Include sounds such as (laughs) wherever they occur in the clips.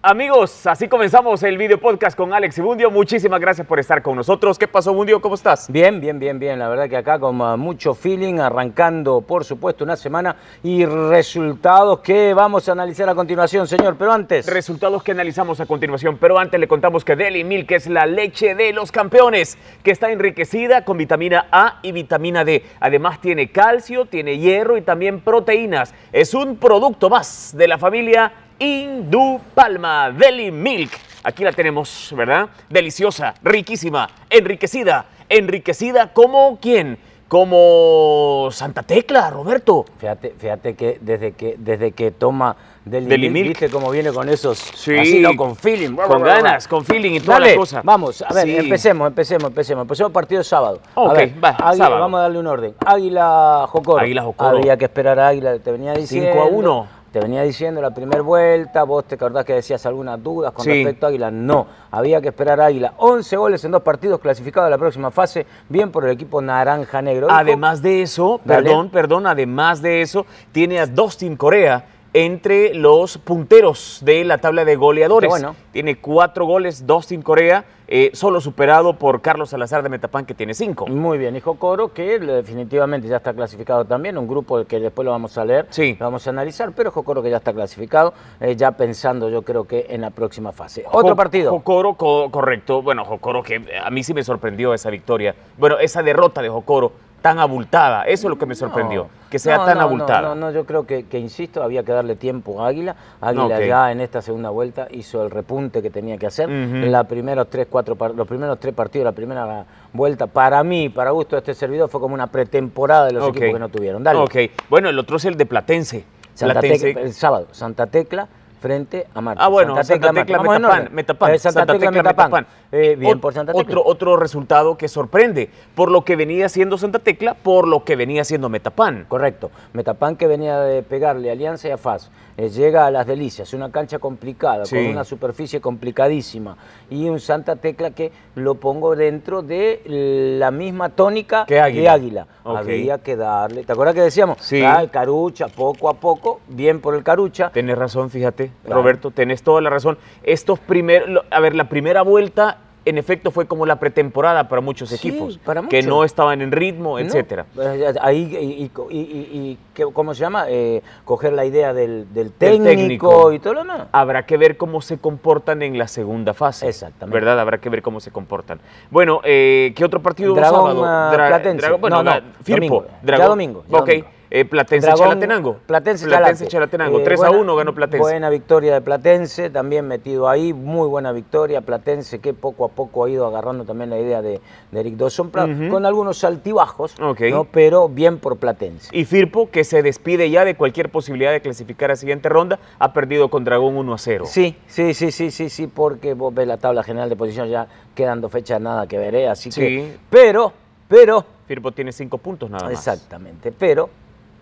amigos, así comenzamos el video podcast con Alex y Bundio. Muchísimas gracias por estar con nosotros. ¿Qué pasó, Bundio? ¿Cómo estás? Bien, bien, bien, bien. La verdad que acá con ah, mucho feeling, arrancando, por supuesto, una semana y resultados que vamos a analizar a continuación, señor. Pero antes, Resultados que analizamos a continuación, pero antes le contamos que Deli Milk es la leche de los campeones, que está enriquecida con vitamina A y vitamina D. Además tiene calcio, tiene hierro y también proteínas. Es un producto más de la familia Indupalma, Deli Milk. Aquí la tenemos, ¿verdad? Deliciosa, riquísima, enriquecida. ¿Enriquecida como quién? Como Santa Tecla, Roberto. fíjate, fíjate que desde que desde que toma del Deli Milk. viste cómo viene con esos, Sí. así, ¿no? con feeling, Con ganas, con feeling y toda Dale, la cosa. Vamos, a ver, Sí. empecemos, empecemos, empecemos. Empecemos partido sábado. Ok, a ver, va, Águila, sábado. Vamos a darle un orden. Águila Jocoro. Águila Jocoro. Había que esperar a Águila, te venía diciendo. Cinco a uno. Te venía diciendo la primera vuelta, vos te acordás que decías algunas dudas con Sí. respecto a Águila. No, había que esperar a Águila. 11 goles en dos partidos, clasificado a la próxima fase, bien por el equipo naranja negro. Además de eso, Dale. perdón, perdón, además de eso, tiene a Dustin Corea entre los punteros de la tabla de goleadores. Qué bueno. Tiene cuatro goles, Dustin Corea, eh, solo superado por Carlos Salazar de Metapan, que tiene cinco. Muy bien, hijo Coro, que eh, definitivamente ya está clasificado también, un grupo que después lo vamos a leer, Sí. lo vamos a analizar, pero Jocoro que ya está clasificado, eh, ya pensando yo creo que en la próxima fase. Otro Jo- partido. Jocoro, co- correcto. Bueno, Jocoro, que a mí sí me sorprendió esa victoria. Bueno, esa derrota de Jocoro tan abultada. Eso es lo que me sorprendió, No. que sea No, tan no, no, abultada. No, no, yo creo que, que, insisto, había que darle tiempo a Águila. Águila Ok. ya en esta segunda vuelta hizo el repunte que tenía que hacer. Ujú. La primeros tres, cuatro, par- los primeros tres partidos, la primera vuelta, para mí, para gusto de este servidor, fue como una pretemporada de los Ok. equipos que no tuvieron. Dale. Ok. Bueno, el otro es el de Platense. Santa Platense- Tecla, el sábado, Santa Tecla frente a Marte. Ah, bueno, Santa Tecla, Marte. Vamos en Metapan, orden. Metapan, Eh, Santa, Tecla, Metapan. Eh, bien Ot- por Santa Tecla. Otro, otro resultado que sorprende, por lo que venía haciendo Santa Tecla, por lo que venía haciendo Metapan. Correcto. Metapan que venía de pegarle a Alianza y a FAS. eh, llega a las delicias, una cancha complicada, Sí. con una superficie complicadísima. Y un Santa Tecla que lo pongo dentro de la misma tónica Que de Águila. Ok. Había que darle. ¿Te acuerdas que decíamos? Sí. Ah, el Carucha, poco a poco, bien por el Carucha. Tenés razón, fíjate, Claro. Roberto, tenés toda la razón. Estos primeros, a ver, la primera vuelta, en efecto, fue como la pretemporada para muchos Sí, equipos, para que muchos. no estaban en ritmo, No, etcétera. eh, ahí, y, y- y- y- y- ¿qué- ¿cómo se llama? Eh, coger la idea del, del Del técnico, técnico. Ah, y todo lo demás. habrá que ver cómo se comportan en la segunda fase. Exactamente. ¿Verdad? Habrá que ver cómo se comportan. Bueno, eh, ¿qué otro partido hubo Dragón, sábado? ah, Platense. Dragón, bueno, No, no, va- Firpo. domingo. Dragón. Ya domingo, ya ok. domingo. eh, Platense Dragón- Chalatenango. Platense, Platense Chalate. Chalatenango. Eh, 3 a buena- 1 ganó Platense. Buena victoria de Platense, también metido ahí, muy buena victoria. Platense que poco a poco ha ido agarrando también la idea de, de Eric Dawson, Pla- Ujú. con algunos altibajos, Ok. ¿no? pero bien por Platense. Y Firpo, que se despide ya de cualquier posibilidad de clasificar a siguiente ronda, ha perdido con Dragón 1 a 0. Sí, sí, sí, sí, sí, sí, porque vos ves la tabla general de posición ya quedando fecha nada que veré, así Sí. que. Pero, pero, Firpo tiene 5 puntos nada más. exactamente, pero,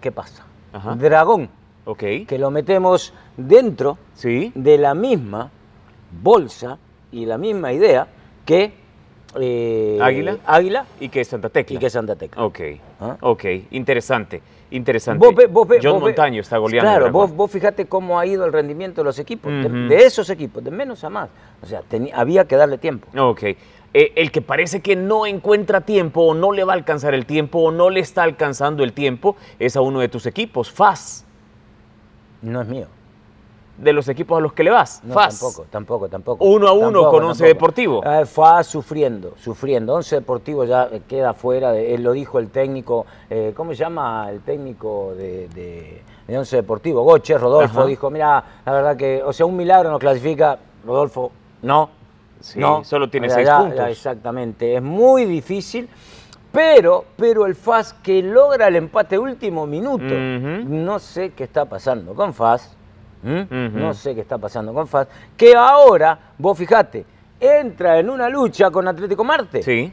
¿qué pasa? Ajá. Dragón, Ok. que lo metemos dentro Sí. de la misma bolsa y la misma idea que eh, Águila. Águila Y que es Santa Tecla. y que Santa Tecla. Ok, ¿Ah? ok, interesante, interesante. Vos ve- vos ve- John vos ve- Montaño está goleando. Claro, Dragón. vos, vos fíjate cómo ha ido el rendimiento de los equipos, de- Ujú. de, esos equipos, de menos a más. O sea, teni- había que darle tiempo. Ok. Eh, el que parece que no encuentra tiempo o no le va a alcanzar el tiempo o no le está alcanzando el tiempo es a uno de tus equipos, FAS, No es mío. de los equipos a los que le vas, No, FAS. tampoco, tampoco, tampoco. Uno a uno Tampoco, con Once tampoco. Deportivo. Eh, FAS sufriendo, sufriendo. Once Deportivo ya eh, queda fuera, de- él lo dijo el técnico, eh, ¿cómo se llama el técnico de, de- de Once Deportivo? Goche, Rodolfo, Ajá. dijo, mira, la verdad que, o sea, un milagro nos clasifica, Rodolfo, no. Sí, solo tiene Ya, seis ya, puntos. ya, exactamente, es muy difícil. Pero, pero el FAS que logra el empate último minuto, Ujú. no sé qué está pasando con FAS. ¿m? Ujú. No sé qué está pasando con FAS. Que ahora, vos fijate, entra en una lucha con Atlético Marte. Sí,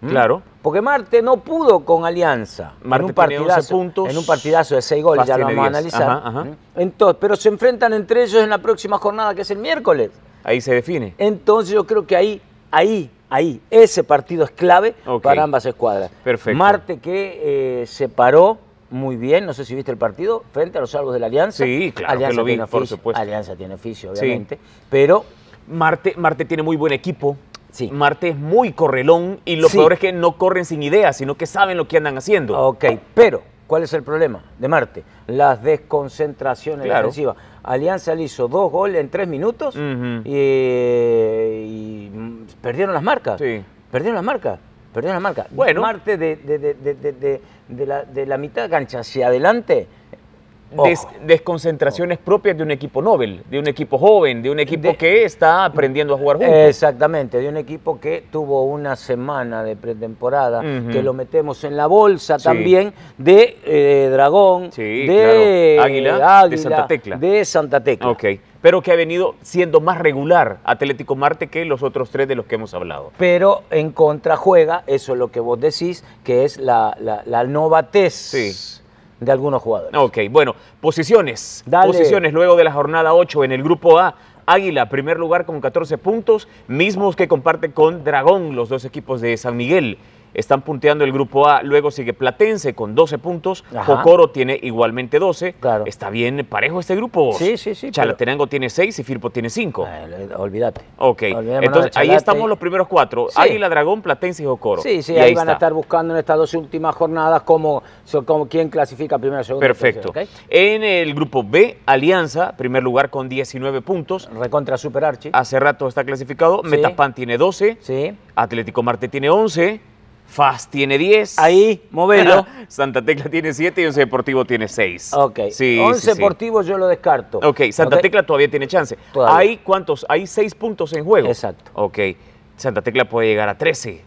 ¿m? claro. Porque Marte no pudo con Alianza. Marte tiene 11 puntos. en un partidazo de seis goles, FAS ya lo tiene vamos a 10. analizar. Ajá, ajá. ¿m? Entonces, pero se enfrentan entre ellos en la próxima jornada, que es el miércoles. Ahí se define. Entonces yo creo que ahí, ahí, ahí, ese partido es clave Ok. para ambas escuadras. Perfecto. Marte que eh, se paró, muy bien, no sé si viste el partido, frente a los salvos de la Alianza. Sí, claro que Alianza lo vi, tiene por oficio, supuesto. Alianza tiene oficio, obviamente, pero Marte, Marte tiene muy buen equipo. Sí. Marte es muy correlón y lo Sí. peor es que no corren sin ideas, sino que saben lo que andan haciendo. Ok, pero ¿cuál es el problema de Marte? Las desconcentraciones Claro. defensivas. Alianza le hizo dos goles en tres minutos Ujú. y, y, mm, perdieron las marcas. Sí. Perdieron las marcas. Perdieron las marcas. Bueno. Marte de, de- de- de- de- de- de la, de la mitad de cancha hacia adelante. ojo. Des- desconcentraciones propias de un equipo Nobel, de un equipo joven, de un equipo De- Eh, que está aprendiendo a jugar juntos. Exactamente, de un equipo que tuvo una semana de pretemporada, Ujú. que lo metemos en la bolsa Sí. también, de eh, Dragón, Sí, de claro. Águila, de Santa Tecla. de Santa Tecla. Ok, pero que ha venido siendo más regular Atlético Marte que los otros tres de los que hemos hablado. Pero en contra juega, eso es lo que vos decís, que es la, la, la novatez Sí. de algunos jugadores. Ok, bueno, posiciones. Dale. Posiciones luego de la jornada 8 en el grupo A. Águila, primer lugar con 14 puntos, mismos que comparte con Dragón, los dos equipos de San Miguel. Están punteando el grupo A, luego sigue Platense con 12 puntos, Ajá. Jocoro tiene igualmente 12. Claro. Está bien parejo este grupo. Sí, sí, sí, Chalatenango tiene 6 y Firpo tiene 5. Eh, olvídate. Ok, Olvidémonos entonces de ahí Chalate. estamos los primeros cuatro, Sí. Águila, Dragón, Platense y Jocoro. Sí, sí, Y ahí, van a está. estar buscando en estas dos últimas jornadas cómo, so- cómo- quién clasifica primero, segundo. Perfecto. tercero, ¿ok? En el grupo B, Alianza, primer lugar con 19 puntos. Recontra Super Archi. Hace rato está clasificado. Sí. Metapan tiene 12. Sí. Atlético Marte tiene 11. FAS tiene 10. Ahí, movelo. (laughs) Santa Tecla tiene 7 y Once Deportivo tiene 6. Ok. Sí, 11 sí, sí. deportivos yo lo descarto. Ok, Santa Ok. Tecla todavía tiene chance. Todavía. ¿Hay cuántos? Hay 6 puntos en juego. Exacto. Ok. Santa Tecla puede llegar a 13.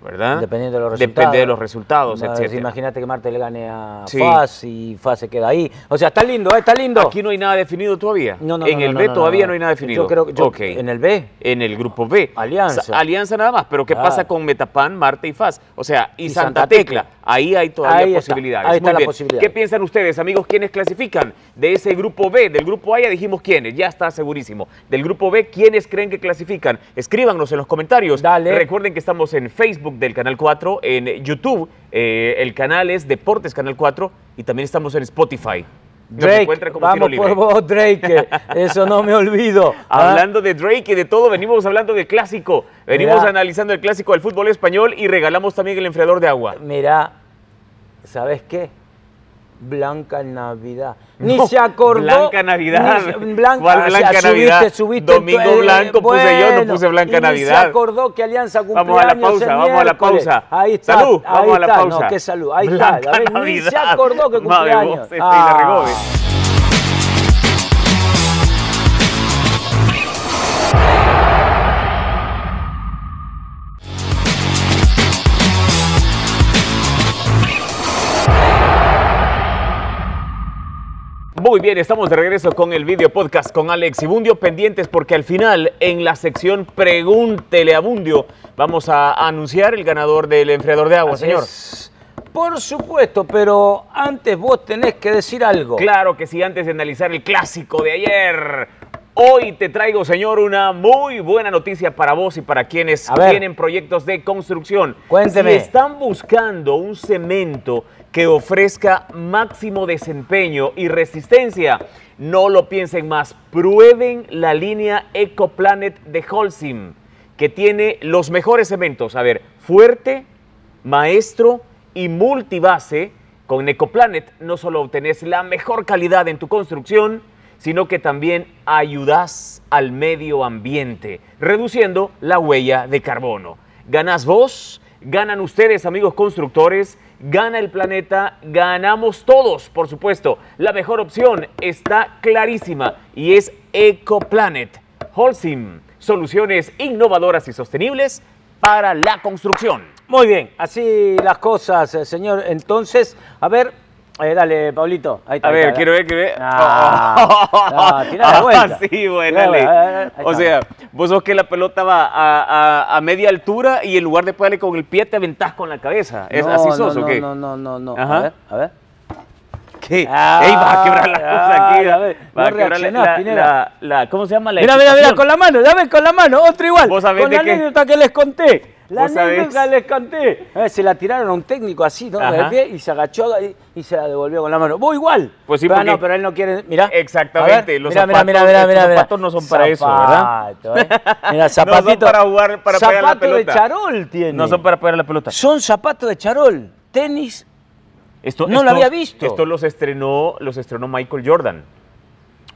¿Verdad? Dependiendo de los resultados. ¿ah? Depende de los resultados, Más, etcétera. Imagínate que Marte le gane a Sí. Faz y Faz se queda ahí. O sea, está lindo, ¿eh? está lindo. Aquí no hay nada definido todavía. No, no, en no, el no, B no, no, todavía no, no. hay nada definido. Yo creo que yo- Ok. en el B. En el grupo B. Alianza. Sa- Alianza nada más, pero ¿qué Claro. pasa con Metapan, Marte y FAS? O sea, y, Y Santa, Santa Tecla. Tecla. Ahí hay todavía Ahí está, posibilidades. ahí está Muy la bien. posibilidad. ¿Qué piensan ustedes, amigos? ¿Quiénes clasifican? De ese grupo B, del grupo A ya dijimos quiénes, ya está segurísimo. Del grupo B, ¿quiénes creen que clasifican? Escríbanos en los comentarios. Dale. Recuerden que estamos en Facebook del Canal 4, en YouTube, eh, el canal es Deportes Canal 4 y también estamos en Spotify. Nos encuentran como Tiro vamos Libre. por vos, Drake. (laughs) Eso no me olvido. ¿ah? Hablando de Drake y de todo, venimos hablando de clásico. Venimos Mirá. analizando el clásico del fútbol español y regalamos también el enfriador de agua. Mirá, ¿sabes qué? Blanca Navidad. Ni No, se acordó. Blanca Navidad. ni se- blanca, Ah, ¿Cuál o sea, Blanca subiste, Navidad? subiste eh, Domingo Blanco puse yo, no puse Blanca y Ni Navidad. se acordó que Alianza cumplía Vamos a la años el pausa, vamos a la miércoles. pausa. Ahí está. Salud, ahí vamos a la está. pausa. No, qué salud. Ahí Blanca está. ¿la ves? Ni Navidad. se acordó que Ah. Madre, cumplía vos, años. esta y la regó, eh. ve. Muy bien, estamos de regreso con el video podcast con Alex y Bundio, pendientes porque al final en la sección Pregúntele a Bundio vamos a anunciar el ganador del enfriador de agua, Así señor. es. Por supuesto, pero antes vos tenés que decir algo. Claro que sí, antes de analizar el clásico de ayer. Hoy te traigo, señor, una muy buena noticia para vos y para quienes A ver. tienen proyectos de construcción. Cuénteme. Si están buscando un cemento que ofrezca máximo desempeño y resistencia, no lo piensen más. Prueben la línea EcoPlanet de Holcim, que tiene los mejores cementos. A ver, fuerte, maestro y multibase. Con EcoPlanet no solo obtenés la mejor calidad en tu construcción, sino que también ayudás al medio ambiente, reduciendo la huella de carbono. Ganás vos, ganan ustedes, amigos constructores, gana el planeta, ganamos todos, por supuesto. La mejor opción está clarísima y es EcoPlanet. Holcim, soluciones innovadoras y sostenibles para la construcción. Muy bien, así las cosas, eh, señor. Entonces, a ver, eh, dale, Pablito. Ahí está, A ahí ver, está. quiero ver, quiero ver. Ah, (laughs) no, tirá de vuelta. Ah, sí, buena Tirá de ley. vuelta, a ver, a ver, ahí O está. sea, vos sos que la pelota va a, a- a media altura y en lugar de pegarle con el pie te aventás con la cabeza. ¿Es, No, ¿Así sos no, o qué? No, no, no, no. Ajá. A ver, a ver. aquí. Ah, Ey, vas a quebrar las ah, cosas aquí. ya ves. Vas a No quebrar la, reaccionás, la- Pineda. la- la- ¿Cómo se llama la Mira, mira, mira, equipación? con la mano, ya ves, con la mano, otro igual. Vos sabés con de la qué- anécdota que les conté. La Vos sabés. anécdota que les conté. Eh, se la tiraron a un técnico así, ¿no? Ajá. De pie, y se agachó y, y se la devolvió con la mano. Vos igual. Pues sí, pero porque- no, pero él no quiere. Mirá. Exactamente, los mirá, mirá, zapatos- mirá, mirá, estos mirá, mirá. zapatos no son para eso, ¿verdad? Zapato, ¿eh? Mirá, zapatito. (laughs) No son para jugar, para pegar la zapato pelota. de charol tiene. No son para pegar la pelota. Son zapatos de charol. Tenis. Esto, No lo esto- había visto. Esto los estrenó, los estrenó Michael Jordan.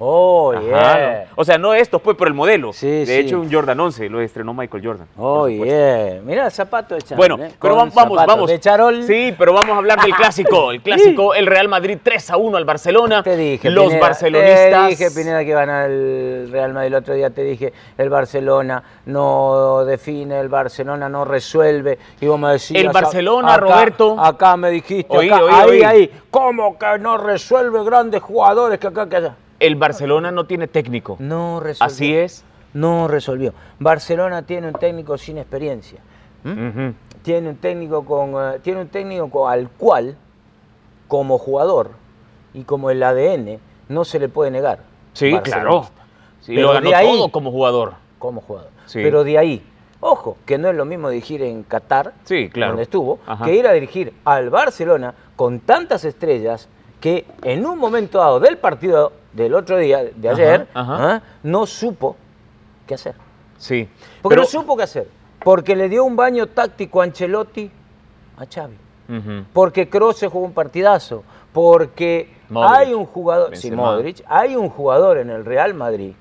Oh, Ajá, yeah. ¿no? O sea, no estos, pues, pero el modelo. Sí, de sí. hecho, un Jordan 11 lo estrenó Michael Jordan. por Oh, supuesto. yeah. Mirá, zapato de charol. Bueno, ¿eh? pero Con vam- vamos, zapatos vamos. De charol. Sí, pero vamos a hablar (laughs) del clásico. El clásico, el Real Madrid 3 a 1 al Barcelona. Te dije, Los Pineda, barcelonistas. Te dije, Pineda, que van al Real Madrid. El otro día te dije, el Barcelona no define, el Barcelona no resuelve. Y vos me decías, El acá- Barcelona, acá- Roberto. Acá me dijiste, Oí, acá, oí, ahí, oí. ahí. ¿Cómo que no resuelve grandes jugadores que acá, que allá? El Barcelona no tiene técnico. No resolvió. Así es. No resolvió. Barcelona tiene un técnico sin experiencia. ¿Mm? Ujú. tiene un técnico con eh, tiene un técnico co- al cual como jugador y como el ADN no se le puede negar. Sí, claro. Barcelonista. Sí, Pero lo ganó de ahí- todo como jugador. Como jugador. Sí. Pero de ahí, ojo, que no es lo mismo dirigir en Qatar, Sí, claro. donde estuvo, Ajá. que ir a dirigir al Barcelona con tantas estrellas que en un momento dado del partido del otro día, de Ajá, ayer, ajá. ¿ah? no supo qué hacer. Sí. Porque Pero- no supo qué hacer. Porque le dio un baño táctico a Ancelotti a Xavi. Ujú. Porque Kroos se jugó un partidazo, porque Modric, hay un jugador, sí, Benzema. Modric, hay un jugador en el Real Madrid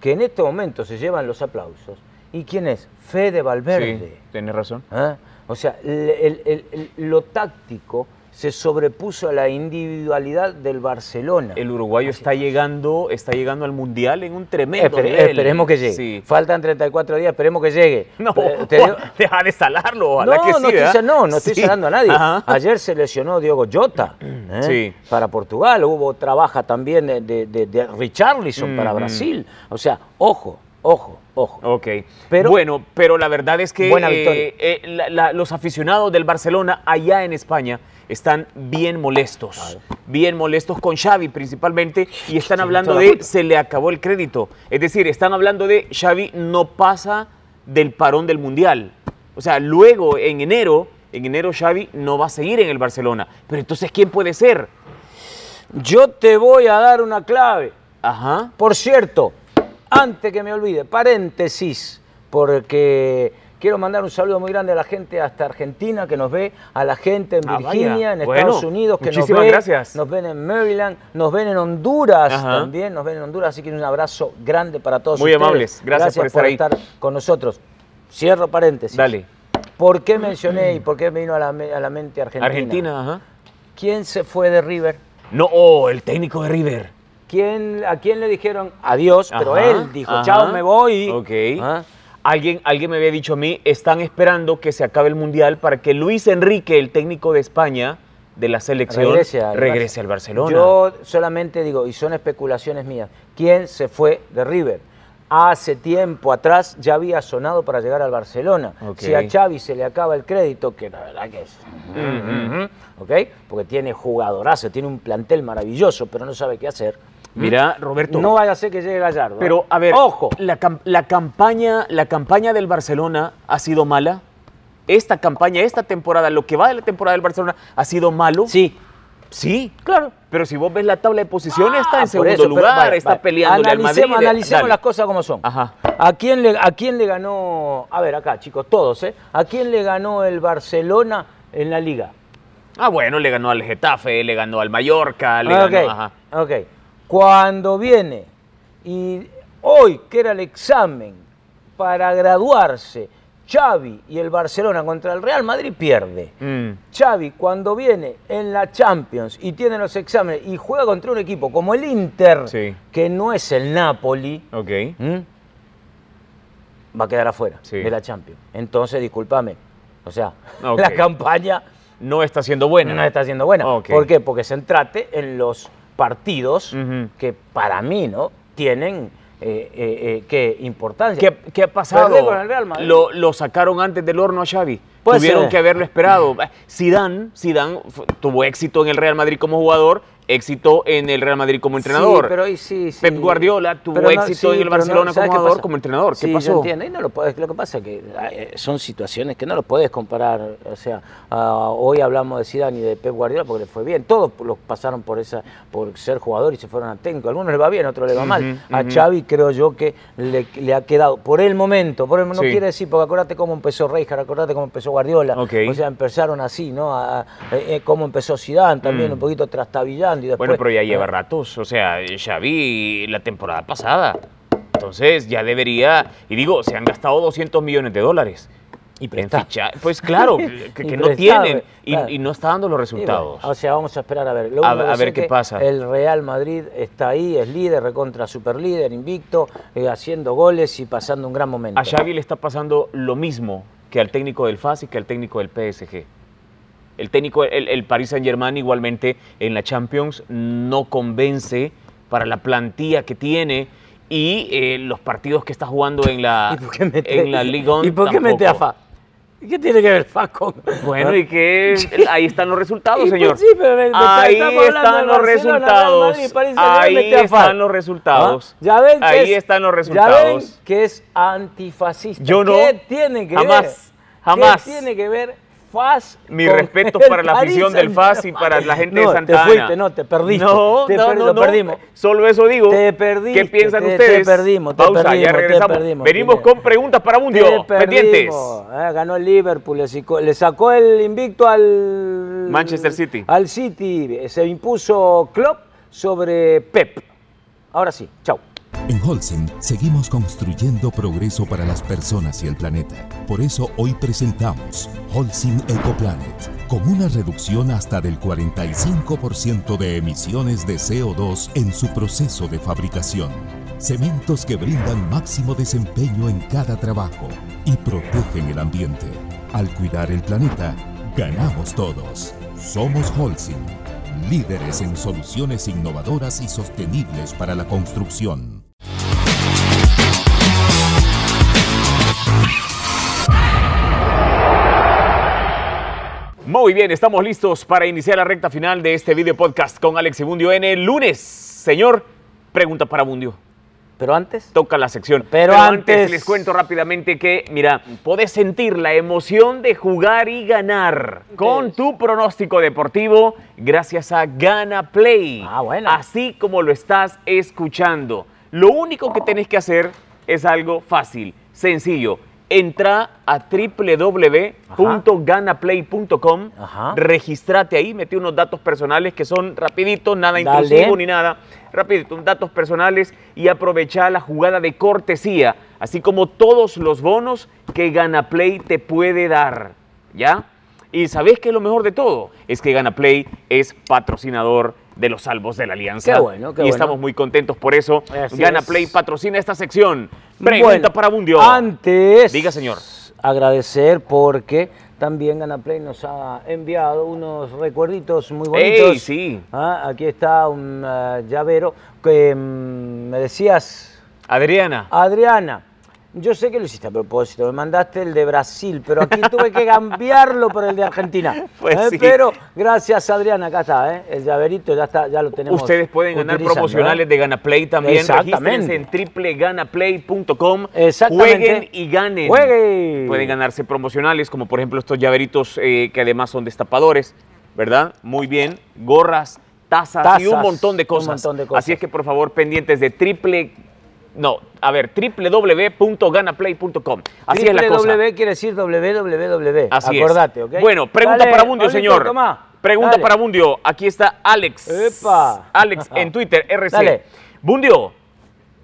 que en este momento se llevan los aplausos. ¿Y quién es? Fede Valverde. Sí, tienes razón. ¿Ah? O sea, el- el- el- el- lo táctico se sobrepuso a la individualidad del Barcelona. El uruguayo está llegando, está llegando al mundial en un tremendo Espere- nivel. esperemos que llegue. Sí. Faltan 34 días, esperemos que llegue. (laughs) No, Eh, (laughs) te digo- deja de salarlo, ojalá no, que sí. no, estoy, ¿verdad? sa- no, no estoy Sí. sanando a nadie. Ajá. Mm, Ayer se lesionó Diogo Jota ¿eh? Sí. para Portugal. Hubo trabaja también de, de, de- de Richarlison para Ujú. Brasil. O sea, ojo, ojo, ojo. Ok. Pero- bueno, pero la verdad es que Buena victoria. eh, eh, la- la- los aficionados del Barcelona allá en España están bien molestos. Bien molestos con Xavi principalmente y están hablando toda la de culpa. se le acabó el crédito. Es decir, están hablando de Xavi no pasa del parón del Mundial. O sea, luego en enero, en enero Xavi no va a seguir en el Barcelona. Pero entonces, ¿quién puede ser? Yo te voy a dar una clave. Ajá. Por cierto, antes que me olvide, paréntesis, porque quiero mandar un saludo muy grande a la gente hasta Argentina que nos ve, a la gente en Ah, Virginia, vaya. en Bueno, Estados Unidos que nos muchísimas ve, gracias. nos ven en Maryland, nos ven en Honduras Ajá. también, nos ven en Honduras, así que un abrazo grande para todos Muy ustedes. amables, gracias por estar ahí. con nosotros. Cierro paréntesis. Dale. ¿Por qué mencioné y por qué me vino a la, me- a la mente Argentina? Argentina, ajá. ¿Quién se fue de River? No, oh, el técnico de River. ¿Quién- ¿A quién le dijeron adiós? Pero Ajá, él dijo, ajá. chao, me voy. Ok. Ah, Alguien, alguien me había dicho a mí, están esperando que se acabe el Mundial para que Luis Enrique, el técnico de España, de la selección, Regrese al, regrese Bar- al Barcelona. Yo solamente digo, y son especulaciones mías, ¿quién se fue de River? Hace tiempo atrás ya había sonado para llegar al Barcelona. Ok. Si a Xavi se le acaba el crédito, que la verdad que es... ¿Ok? Porque tiene jugadorazo, tiene un plantel maravilloso, pero no sabe qué hacer. Mm. Mira, Roberto, No vaya a ser que llegue Gallardo. ¿eh? pero a ver, ¡Ojo! La, cam- la campaña, la campaña del Barcelona ha sido mala. Esta campaña, esta temporada, lo que va de la temporada del Barcelona, ha sido malo. Sí, Sí, claro. pero si vos ves la tabla de posiciones, está Ah, en por segundo eso, pero lugar, vale, está vale. peleándole al Madrid. analicemos, Analicemos Dale. las cosas como son. Ajá. ¿A quién, le, ¿A quién le ganó, a ver acá chicos, todos, ¿eh? ¿A quién le ganó el Barcelona en la liga? Ah, bueno, le ganó al Getafe, le ganó al Mallorca, le Ah, ganó. ok, Ajá. ok. Cuando viene y hoy, que era el examen para graduarse, Xavi y el Barcelona contra el Real Madrid pierde. Mm. Xavi cuando viene en la Champions y tiene los exámenes y juega contra un equipo como el Inter, Sí. que no es el Napoli, Ok. ¿m? ¿Mm? va a quedar afuera Sí. Ah, de la Champions. Entonces, discúlpame. O sea, Ok. (laughs) la campaña No está siendo buena. no está siendo buena. Ok. ¿Por qué? Porque se entrate en los partidos Ujú. que para mí no tienen eh, eh, eh, qué importancia. ¿Qué, qué ha pasado? Perder con el Real Madrid. Lo, lo sacaron antes del horno a Xavi. Puede Tuvieron ser. que haberlo esperado. Zidane, Zidane fu- tuvo éxito en el Real Madrid como jugador, éxito en el Real Madrid como entrenador. Sí, pero ahí sí, sí. Pep Guardiola tuvo Pero no, éxito en sí, el pero no, Barcelona ¿sabes como qué jugador, pasa? como entrenador. ¿Qué Sí, pasó? Yo entiendo, y no lo, podés- lo que pasa es que eh, son situaciones que no lo podés comparar. O sea, ah, hoy hablamos de Zidane y de Pep Guardiola porque le fue bien. Todos los pasaron por esa por ser jugador y se fueron a técnico. A algunos le va bien, a otros le va mal. Ujú, A ujú. Xavi creo yo que le, le ha quedado, por el momento, por el, no Sí. quiere decir, porque acordate cómo empezó Reijar, acordate cómo empezó Guardiola. Ok. O sea, empezaron así, ¿no? A- a- eh, cómo empezó Zidane también, Mm. un poquito trastabillando y después... Bueno, pero ya lleva eh, ratos. O sea, Xavi la temporada pasada. Entonces ya debería. Y digo, se han gastado 200 millones de dólares. Y en prestado. ficha- Pues (laughs) claro, que, que Y no prestado, eh, tienen. Y, claro. y no está dando los resultados. Y bueno, o sea, vamos a esperar a ver. Lo A- único que a sé ver qué que pasa. El Real Madrid está ahí, es líder, recontra superlíder, invicto, eh, haciendo goles y pasando un gran momento. A Xavi le está pasando lo mismo que al técnico del FAS y que al técnico del PSG. El técnico, el, el Paris Saint Germain igualmente en la Champions no convence para la plantilla que tiene y eh, los partidos que está jugando en la, (laughs) ¿Y por qué mete, en la Ligue 1 ¿Y por qué mete a tampoco. Fa? ¿Qué tiene que ver Fa con.? Bueno, y que (laughs) ahí están los resultados, Y pues señor. sí, pero me- me- ahí estamos hablando están de los Barcelona, Real resultados. Madrid, Paris Saint-Germain, ahí mete a Fa. están los resultados. ¿Ah? Ya ven que ahí es- están los Ya ven resultados. que es antifascista. Yo no. ¿Qué tiene que Jamás, ver? jamás. ¿Qué tiene que ver FAS? Mi con respeto (laughs) el para la Paris afición del Saint-Germain? FAS y para la gente no, de Santana. Te fuiste, no, te perdiste. No, te no, per- no, lo no. perdimos. Solo eso digo. Te perdiste, ¿Qué piensan te- te ustedes? perdimos, te Pausa, ya perdimos, te regresamos. perdimos, Venimos Pineda. con preguntas para Te Mundio. Pendientes. perdimos. eh, ganó el Liverpool, le, sicó- le sacó el invicto al Manchester City. Al City Eh, se impuso Klopp sobre Pep. Ahora sí, chau. En Holcim seguimos construyendo progreso para las personas y el planeta. Por eso hoy presentamos Holcim EcoPlanet, con una reducción hasta del 45% de emisiones de CO2 en su proceso de fabricación. Cementos que brindan máximo desempeño en cada trabajo y protegen el ambiente. Al cuidar el planeta, ganamos todos. Somos Holcim. Líderes en soluciones innovadoras y sostenibles para la construcción. Muy bien, estamos listos para iniciar la recta final de este video podcast con Alex Ibundio en el lunes. Señor, pregunta para Mundio. Pero antes, Toca la sección. Pero antes- les cuento rápidamente que, mira, podés sentir la emoción de jugar y ganar con tu pronóstico deportivo gracias a Gana Play. Ah, bueno. Así como lo estás escuchando. Lo único que tenés que hacer es algo fácil, sencillo. Entra a www.ganaplay.com, Ajá. registrate ahí, metí unos datos personales que son rapiditos, nada nada Dale. intrusivo ni nada. Rápido, datos personales y aprovecha la jugada de cortesía, así como todos los bonos que GanaPlay te puede dar. ¿Ya? Y sabés que lo mejor de todo es que GanaPlay es patrocinador de los salvos de la alianza. Qué bueno, qué y bueno. estamos muy contentos por eso. Así GanaPlay es. patrocina esta sección. Pregunta Bueno, para Bundio. Antes, Diga, señor. Agradecer porque también Ganaplay nos ha enviado unos recuerditos muy bonitos. Ey, sí. Ah, aquí está un ah, llavero que mm, me decías, Adriana. Adriana. Yo sé que lo hiciste a propósito, me mandaste el de Brasil, pero (laughs) aquí tuve que cambiarlo por el de Argentina. Eh, Pues sí. Pero gracias Adriana, acá está, ¿eh? el llaverito ya está, ya lo tenemos. Ustedes pueden ganar utilizando, promocionales ¿eh? de GanaPlay también. Exactamente. Regístrense en tripleganaplay.com. Exactamente. Jueguen y ganen. Jueguen. Pueden ganarse promocionales, como por ejemplo estos llaveritos eh, que además son destapadores, ¿verdad? Muy bien. Gorras, tazas, y un Tazas, montón de un cosas. montón de cosas. Así es que por favor, pendientes de triple. No, a ver, www.ganaplay.com. Así es la cosa. W quiere decir www. Así es. Acordate, ¿ok? Bueno, pregunta Dale, para Mundio, Pablito, señor. tomá. Pregunta Dale. para Bundio. Aquí está Alex. Epa. Alex (laughs) en Twitter, RC. Dale. Bundio,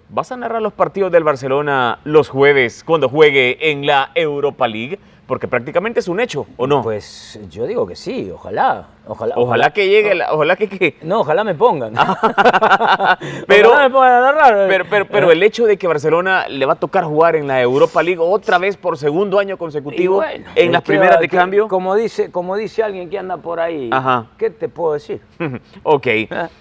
¿vas a narrar los partidos del Barcelona los jueves cuando juegue en la Europa League? Porque prácticamente es un hecho, ¿o no? Pues yo digo que sí, ojalá. Ojalá, ojalá que llegue, la- ojalá que... que- No, ojalá me pongan. Ah. (laughs) Pero- ojalá me pongan a narrar. Pero, pero, pero el hecho de que Barcelona le va a tocar jugar en la Europa League otra vez por segundo año Y consecutivo, bueno, en las que- primeras de que- cambio... Como dice, como dice alguien que anda por ahí, Ajá. Mm. ¿qué te puedo decir? (laughs) Ok.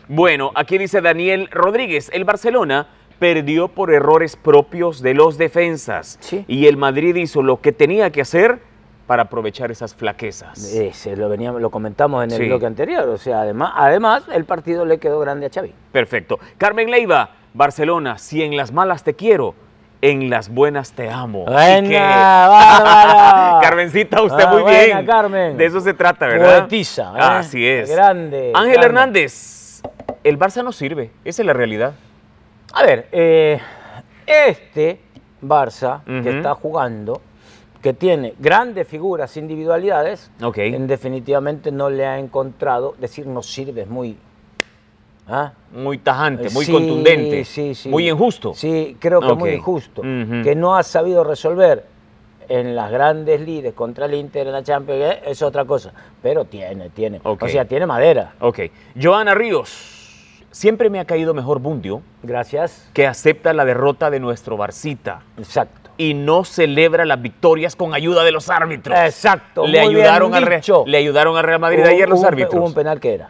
Bueno, aquí dice Daniel Rodríguez, el Barcelona perdió por errores propios de los defensas Sí. y el Madrid hizo lo que tenía que hacer para aprovechar esas flaquezas. Eh, se lo, veníamos, lo comentamos en el Sí. bloque anterior. O sea, además, además, el partido le quedó grande a Xavi. Perfecto. Carmen Leiva, Barcelona, si en las malas te quiero, en las buenas te amo. Así Buena, que- bárbara. (laughs) Carmencita, usted Ah, muy buena, bien. Carmen. De eso se trata, ¿verdad? Poetisa, ¿eh? Así es. Grande, Ángel Carmen. Hernández, el Barça no sirve. Esa es la realidad. A ver, eh, este Barça Ujú. que está jugando, que tiene grandes figuras, individualidades, Ok. en definitivamente no le ha encontrado, decir no sirve es muy... ¿ah? Muy tajante, muy Sí, contundente. sí, sí. Muy injusto. Sí, creo que muy Ok. injusto. Ujú. Que no ha sabido resolver en las grandes lides contra el Inter en la Champions, eh, es otra cosa. Pero tiene, tiene. Ok. O sea, tiene madera. Ok. Joana Ríos, siempre me ha caído mejor Bundio Gracias. que acepta la derrota de nuestro Barcita. Exacto. y no celebra las victorias con ayuda de los árbitros. Exacto. Le muy bien ayudaron, al Re- dicho. le ayudaron al Real Madrid Hubo- ayer los hubo un pe- árbitros. Hubo un penal que era.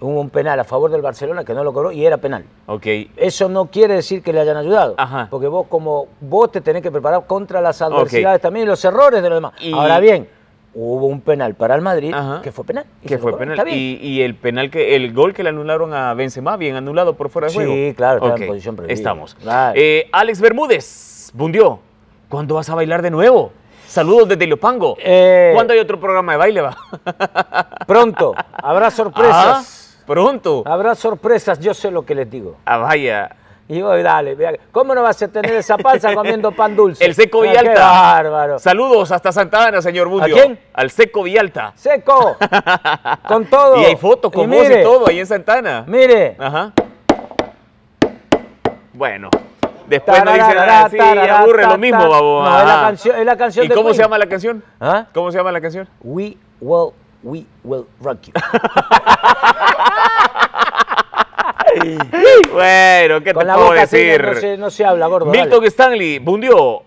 Hubo un penal a favor del Barcelona que no lo cobró y era penal. ok, Eso no quiere decir que le hayan ayudado. Ajá. Porque vos, como vos te tenés que preparar contra las Ok. adversidades también y los errores de los demás. Y- Ahora bien, hubo un penal para el Madrid Ajá. que fue penal. y se que lo fue cobraron. penal. Está bien. Y, y el penal que el gol que le anularon a Benzema, bien anulado por fuera de Sí, juego. claro, estaba Ok, en posición prohibida. Estamos. Claro. Eh, Alex Bermúdez, Bundió, ¿cuándo vas a bailar de nuevo? Saludos desde Leopango. Eh. ¿Cuándo hay otro programa de baile? va? Pronto, (laughs) habrá sorpresas. Ah, pronto. Ah, Habrá sorpresas, yo sé lo que les digo. vaya. Y vos, dale, vea, ¿cómo no vas a tener esa panza comiendo pan dulce? El Seco Ah, qué Villalta. bárbaro. Saludos hasta Santa Ana, señor Bundio. quién? Al Seco Villalta. (laughs) Seco, con todo. Y hay fotos con vos mire, y todo ahí en Santana. Mire, Ajá. Bueno. Después nos dicen, Tararara, ah, sí, tararara, aburre ta, lo mismo, ta. babo. No, es la Ajá. canción- es la canción ¿Y de cómo se Queen. llama la canción? ¿Ah? ¿Cómo se llama la canción? we will, we will rock (laughs) you. Bueno, ¿qué Con te la puedo boca así decir? no, no se, no se habla, gordo. Milton dale. Stanley, Bundio,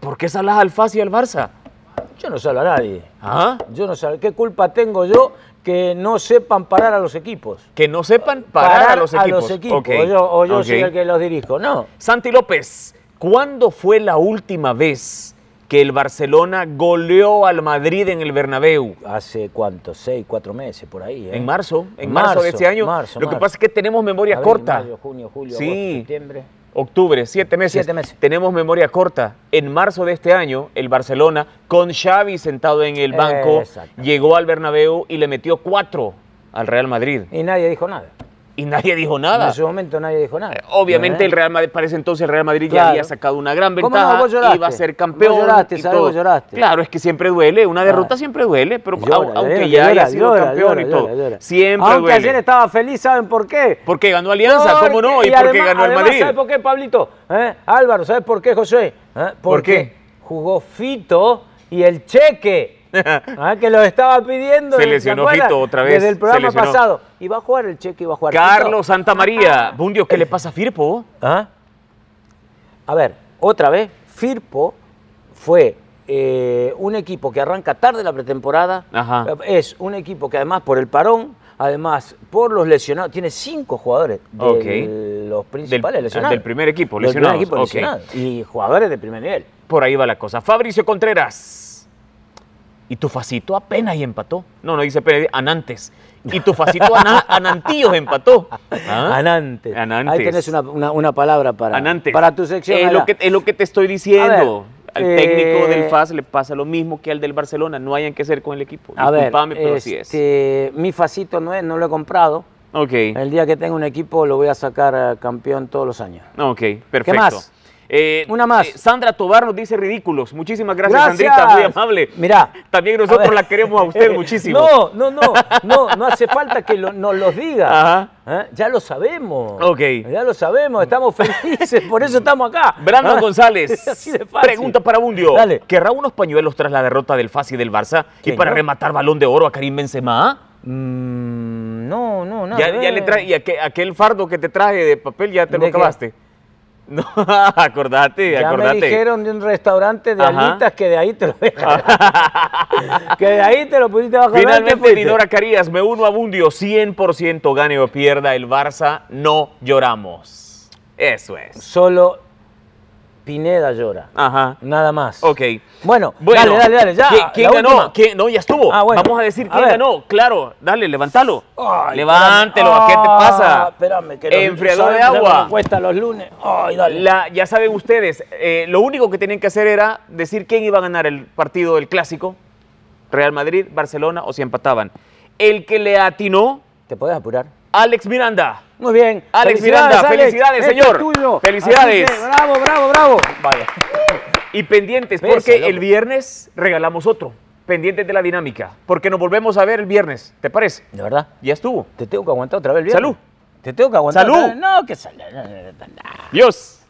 ¿por qué salas al FAS y al Barça? ¿Ah? Yo no salgo a nadie. Ajá. Yo no salgo. ¿Qué culpa tengo yo que no sepan parar a los equipos? Que no sepan parar, a los equipos. Ok, O yo, o yo ok. soy el que los dirijo. No. Santi López, ¿cuándo fue la última vez que el Barcelona goleó al Madrid en el Bernabéu? Hace cuánto, seis, cuatro meses por ahí. ¿eh? En marzo, en marzo, de este año. marzo, Lo que marzo. pasa es que tenemos memoria Abril, corta. mayo, junio, julio, Sí. agosto, septiembre. Octubre, siete meses. Siete meses. Tenemos memoria corta. En marzo de este año, el Barcelona, con Xavi sentado en el banco, Exacto. llegó al Bernabéu y le metió cuatro al Real Madrid. Y nadie dijo nada. Y nadie dijo nada. En su momento nadie dijo nada. Obviamente ¿Eh? el Real Madrid, para ese entonces el Real Madrid ya Claro. había sacado una gran ¿Cómo no? ventaja, Vos lloraste. iba a ser Vos campeón. lloraste, y ¿sabes? todo. Vos lloraste. Claro, es que siempre duele, una derrota Claro. siempre duele, pero au- Llora, aunque llora, ya haya llora, sido llora, campeón y llora, todo, llora. siempre Aunque duele. ayer estaba feliz, ¿saben por qué? Porque ganó Alianza, ¿cómo no? Y, porque además- ganó el además, Madrid. ¿Sabes por qué, Pablito? ¿Eh? Álvaro, ¿sabes por qué, José? ¿Eh? Porque ¿Por qué? Jugó Fito y el cheque. (laughs) ¿ah? Que lo estaba pidiendo. Se ¿se lesionó acuerdan? Fito otra vez, Desde el se programa lesionó. pasado. Y va a jugar el cheque, y va a jugar Carlos Fito. Santa María, Bundio, ¿qué le pasa a Firpo? ¿Ah? A ver, otra vez, Firpo fue eh, un equipo que arranca tarde la pretemporada. Ajá. Es un equipo que además por el parón, además por los lesionados, tiene cinco jugadores de Ok. los principales Del- lesionados. del primer equipo, Del primer lesionados, equipo ok. lesionados. Y jugadores de primer nivel. Por ahí va la cosa. Fabricio Contreras. Y tu facito apenas y empató. No, no dice apenas, dice anantes. Y tu facito (laughs) ana- anantillos empató. ¿Ah? Anantes. Anantes. Ahí tenés una, una- una palabra para, Anantes. para tu sección. Es Ayala. lo, que, es lo que te estoy diciendo. A ver, al técnico eh, del FAS le pasa lo mismo que al del Barcelona. No hayan que hacer con el equipo. A ver, Disculpame, pero así es. este, mi facito no es, no lo he comprado. Ok. El día que tenga un equipo lo voy a sacar eh, campeón todos los años. Ah, Ok, perfecto. más? Eh, Una más. eh, Sandra Tobar nos dice ridículos. Muchísimas gracias, Sandrita, muy amable. Mirá. También a nosotros ver. la queremos a usted muchísimo. (laughs) No, no, no, no, no hace falta que lo- nos los diga. Ajá. ¿Eh? Ya lo sabemos. Ok. Ya lo sabemos, estamos felices, por eso estamos acá. Brandon ¿Ah? González. (laughs) Así de fácil. Pregunta para Bundio. Dale. ¿Querrá unos pañuelos tras la derrota del FAS y del Barça y ¿Quién, para no? rematar balón de oro a Karim Benzema? Mm, no, no, no. ya, ya le trae, y aquel, aquel fardo que te traje de papel ya te ¿De lo qué? acabaste. (laughs) No, acordate, Ya acordate. me dijeron de un restaurante de Ajá. alitas que de ahí te lo (laughs) (laughs) dejaron. que de ahí te lo pusiste bajo el brazo y te Finalmente, fuiste. Dinora Carías, me uno a Bundio, 100% gane o pierda el Barça, no lloramos. Eso es. Solo Pineda llora. Ajá. Nada más. Ok. Bueno, Bueno, dale, dale, dale, ya. ¿Qui- ¿Quién la ganó? última. ¿Quién- No, ya estuvo. Ah, bueno. Vamos a decir A quién ver. ganó. Claro, dale, levántalo. Ay, Levántelo, espérame. ¿a qué te Ah, pasa? Espérame, que los- Enfriador de ¿sabes cómo agua. cuesta los lunes. Ay, dale. La- ya saben ustedes, eh, lo único que tenían que hacer era decir quién iba a ganar el partido del clásico, Real Madrid, Barcelona o si empataban. El que le atinó, ¿Te podés apurar? Alex Miranda. Muy bien. Alex Miranda, felicidades, Este señor. es tuyo. Felicidades. Así que, bravo, bravo, bravo. Vaya. Y pendientes, Pesa, porque loco. el viernes regalamos otro. Pendientes de la dinámica, porque nos volvemos a ver el viernes, ¿te parece? De verdad, Ya estuvo. te tengo que aguantar otra vez el viernes. Salud. Te tengo que aguantar. Salud. otra vez. No, que salud. no, no, no, no. Dios.